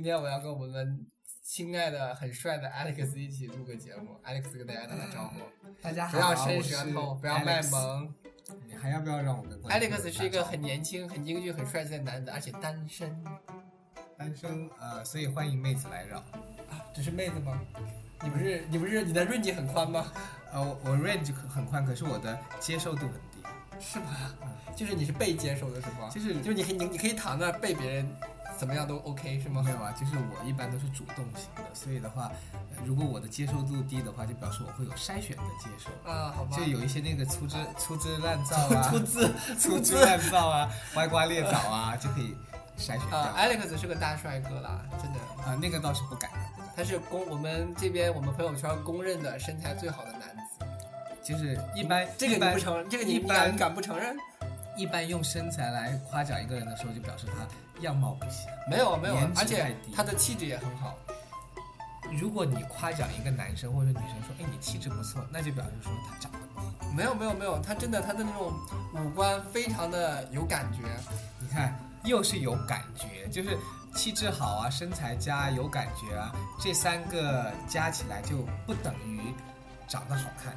我们亲爱的、很帅的 Alex 一起录个节目。Alex 跟大家打打招呼，嗯大家好，不要伸舌头，不要卖萌。萌。你还要不要让我们关注 Alex 是一个很大年轻、很英俊、很帅气的男子，而且单身。家单身呃，所以欢迎妹子来扰。只是妹子吗？你不是你不是你的润 a 很宽吗？呃，我我 range 可很宽，可是我的接受度很低。是吗？嗯就是你是被接受的是吗？就是就是你可以你你可以躺那儿被别人怎么样都 OK 是吗没？有啊，就是我一般都是主动型的，所以的话，呃如果我的接受度低的话，就表示我会有筛选的接受。啊，好吧嗯就。有一些那个粗制粗制滥造 啊，出自 粗制滥造啊，歪瓜裂枣啊，就可以筛选掉。啊啊、 ，Alex 是个大帅哥啦，真的，那个倒是不敢的，不敢。他是公我们这边我们朋友圈公认的身材最好的男子。就是一般这个一你般不承认，这个你一你敢般你敢不承认？一般用身材来夸奖一个人的时候，就表示他样貌不行。没有没有颜，值而且太低他的气质也很好。如果你夸奖一个男生或者女生说：“哎，你气质不错”，那就表示说他长得不好。没有没有没有，他真的他的那种五官非常的有感觉。你看，又是有感觉，就是气质好啊，身材佳，有感觉啊，这三个加起来就不等于长得好看，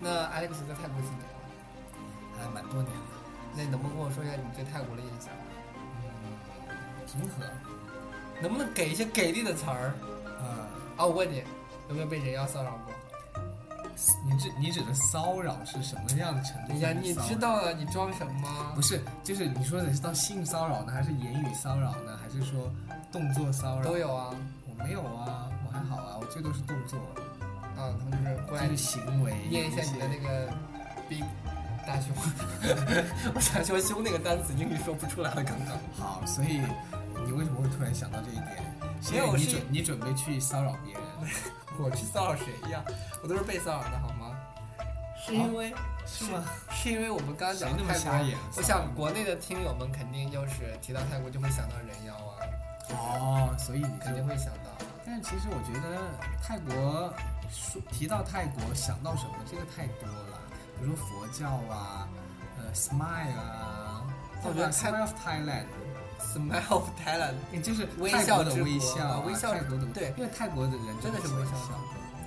那 Alex 在泰国几年了？还蛮多年了，那你能不能跟我说一下你对泰国的印象？嗯平和。能不能给一些给力的词儿？呃，啊，我问你，有没有被人妖骚扰过？你指你指的骚扰是什么样的程度哎上的骚呀，扰？你知道了，你装什么不？是，就是你说的是到性骚扰呢，还是言语骚扰呢，还是说动作骚扰都？有啊，我没有啊，我还好啊，我最多是动作，啊，他们就是过就来是行为。捏一下你的那个 big 大胸。 我想说“胸”那个单词，英语说不出来了，刚刚。个。好，所以你为什么会突然想到这一点？是因没有为你是准你准备去骚扰 别人，我去骚扰谁呀？我都是被骚扰的好吗？是因为 是吗？是因为我们刚刚谁讲那的么瞎泰国，眼？我想国内的听友们肯定要是提到泰国就会想到人妖啊，哦，所以你肯就定会想到。啊但是其实我觉得泰国说提到泰国想到什么，这个太多了，比如说佛教啊，呃，Smile 啊，我觉得泰 Smile of Thailand， Smile of Thailand。也就是微泰笑国的之微国笑啊啊，微笑泰之国的对因为泰国的人真的是喜欢微笑笑，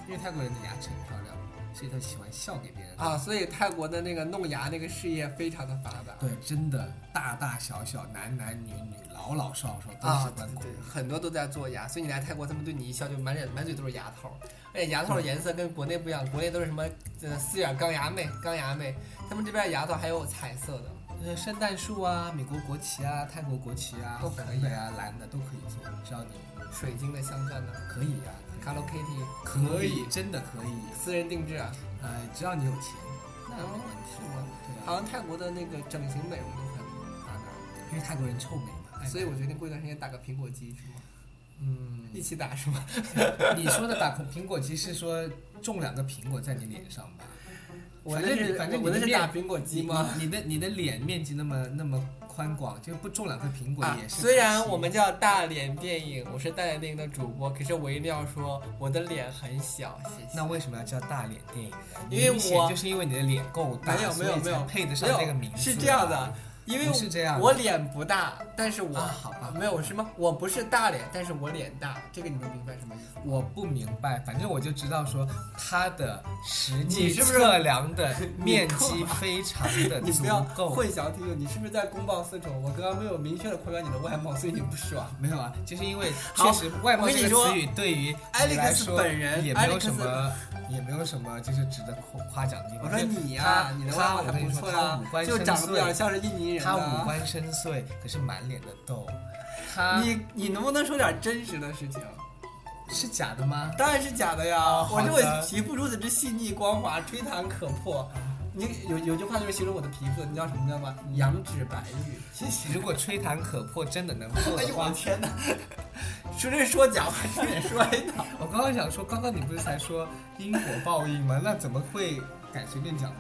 因为泰国人的牙齿很漂亮，所以他喜欢笑给别人看。啊，所以泰国的那个弄牙那个事业非常的发达。对，真的大大小小、男男女女、老老少少都啊喜，对欢对对，很多都在做牙，所以你来泰国，他们对你一笑就满脸满嘴都是牙套儿，而且牙套儿的颜色跟国内不一样，国内都是什么呃四眼钢牙妹、钢牙妹，他们这边牙套还有彩色的。呃，圣诞树啊，美国国旗啊，泰国国旗啊，都可以红的啊，蓝的都可以做，只要你水晶的镶钻的可以啊， ，Hello Kitty，可以，真的可以，私人定制啊。呃，只要你有钱，那没问题。是吗？对好啊，像泰国的那个整形美容都很发达，因为泰国人臭美嘛，哎爱所以我决定过一段时间打个苹果肌，是吗？嗯，一起打是吗？你说的打苹果肌是说种两个苹果在你脸上吧？我反那正是你反正我你那的是面打苹果你肌吗？你你的你的脸面积那么那么宽广，就不种两个苹果啊，也是可惜、虽然我们叫大脸电影，我是大脸电影的主播，可是我一定要说我的脸很小，谢谢。那为什么要叫大脸电影呢？因为明显我就是因为你的脸够大，没有没有所以才没有配得上没有这个名字。啊是这样的，，因为不是这样的我脸不大，但是我、啊好吧没有什么，我不是大脸，但是我脸大，这个你能明白什么意思？我不明白，反正我就知道说它的实你际是不是测量的你面够积非常的你足不要够。混淆听众，你是不是在公报私仇？我刚刚没有明确的夸奖你的外貌，所以你不爽。没有啊，就是因为好确实外貌我跟这你个说词语对于艾利你克来斯说本人也艾没利有克斯什么，也没有什么就是值得夸夸奖的地我方。说就你呀、他你的外他貌我还跟不你错说，呀他五、官就深长得比较邃，像是印尼人、啊。他五官深邃，可是满脸的痘。他你你能不能说点真实的事情？是假的吗？当然是假的呀！啊我好这的我皮肤如此之细腻光滑，吹弹可破。你有有句话就是形容我的皮肤，你知道什么叫吗？羊脂白玉。谢谢。如果吹弹可破真的能破 哎的呦我话的，天哪！说 这是说假话，差点摔倒。我刚刚想说，刚刚你不是才说因果报应吗？那怎么会敢随便讲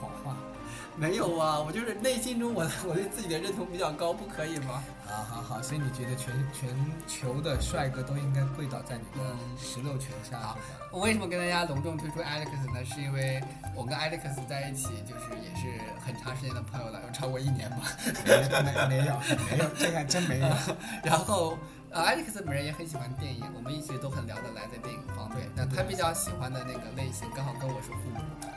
谎话？没有啊，我就是内心中我的我对自己的认同比较高，不可以吗？ 好好好，所以你觉得全全球的帅哥都应该跪倒在你的石榴裙下，好是吧？我为什么跟大家隆重推出 Alex 呢？是因为我跟 Alex 在一起就是也是很长时间的 朋友了，有超过一年吧。没没没有没有，这个还真没有。然后呃，Alex 本人也很喜欢电影，我们一直都很聊得来在电影方面，但他比较喜欢的那个类型刚好跟我是互补的，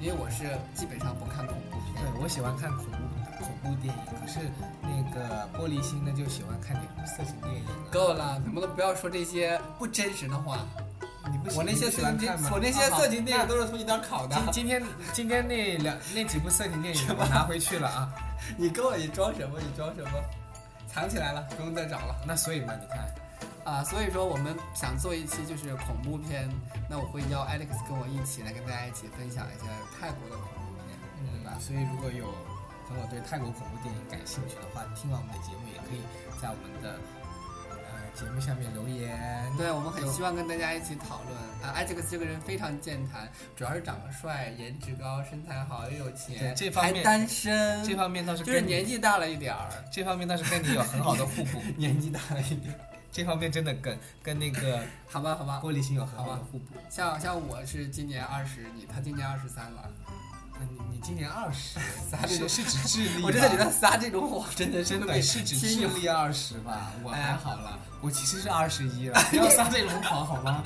因为我是基本上不看恐怖片 对，，我喜欢看恐怖恐怖电影，可是那个玻璃心呢就喜欢看点色情电影啊。够了，能不能不要说这些不真实的话？你不喜我那些你不喜色欢情看电，吗？我那些啊好色情电那影都是从你那儿考的，今今天今天那两那几部色情 电影我拿回去了啊，你跟我你装什么？你装什么？藏起来了，不用再找了。那所以嘛，你看，啊，所以说我们想做一期就是恐怖片，那我会邀 Alex 跟我一起来跟大家一起分享一下泰国的恐怖片，嗯吧？所以如果有朋友对泰国恐怖电影感兴趣的话，听完我们的节目也可以在我们的呃节目下面留言。对我们嗯很希望跟大家一起讨论啊，Alex 这个人非常健谈，主要是长得帅、颜值高、身材好、又有对钱，这方还面单身，这方面倒是就是跟年你纪大了一点儿， 这方面倒是跟你有很好的互补，年纪大了一点儿，这方面真的跟跟那个好吧，好吧，玻璃心有很啊好的互补。像像我是今年二十，你他今年二十三了， 那你你今年二十，仨这是种，是指智力吧？我真的觉得仨这种话真的真的的被是指亲智友力二十吧？我哎还好了，我其实是二十一 了，不要撒这种谎好吗？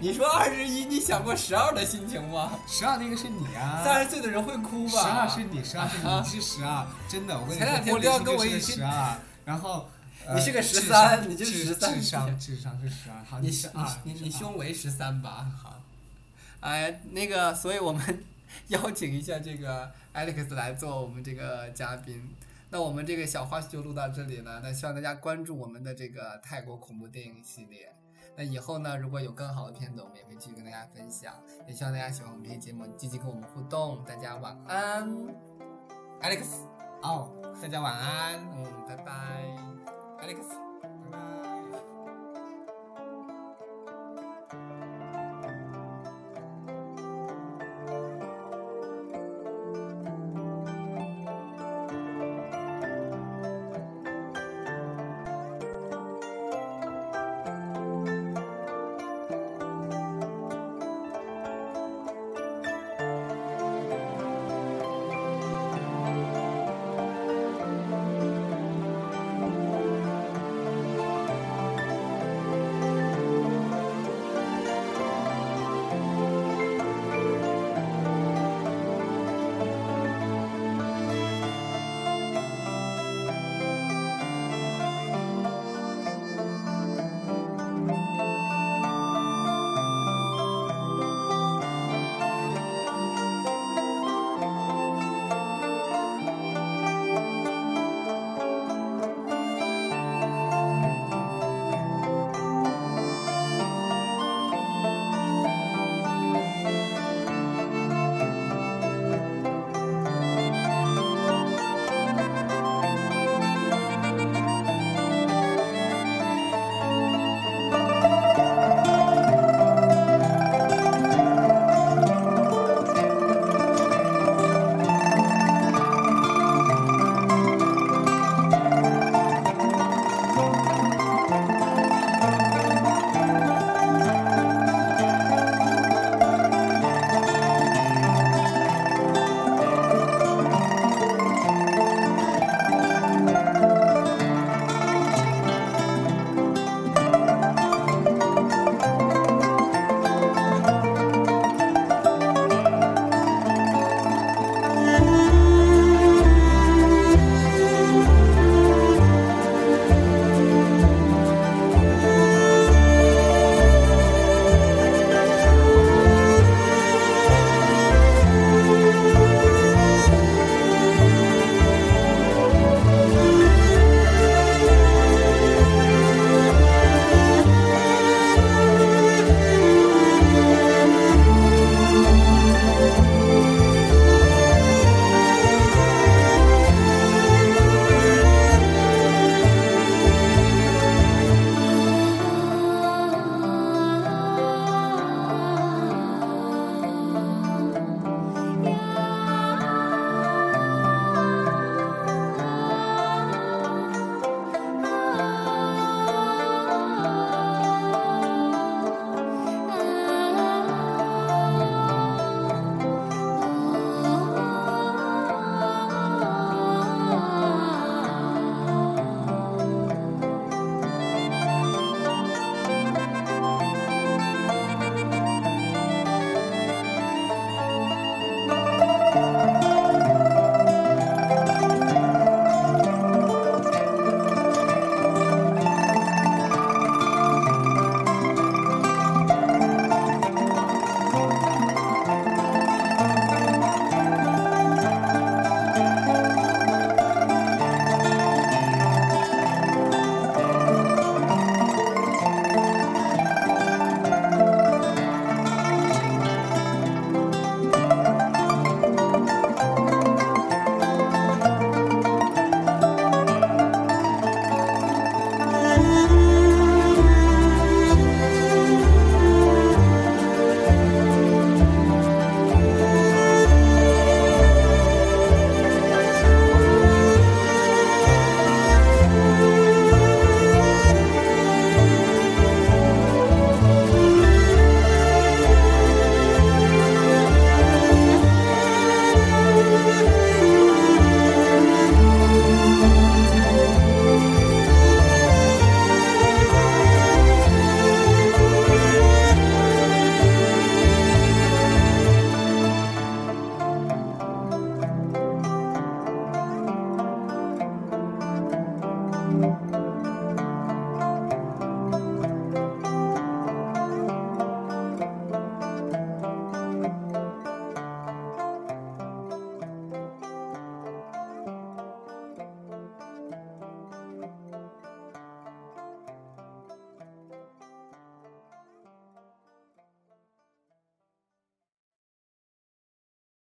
你说二十一，你想过十二的心情吗？十二那个是你啊，三十岁的人会哭吧？十二是你，十二是你，你是十二，真的，我跟你前两天说，不要跟我一一起十二，然后呃你是个智13商你就是智13智商智商是十二，好，你是二，你你是啊胸围十三吧？二好，哎，那个，所以我们 邀请一下这个 Alex 来做我们这个嘉宾。那我们这个小花絮就录到这里了。那希望大家关注我们的这个泰国恐怖电影系列。那以后呢，如果有更好的片子，我们也会继续跟大家分享。也希望大家喜欢我们这期节目，积极跟我们互动。大家晚安，Alex。哦，大家晚安。嗯，拜拜，Alex。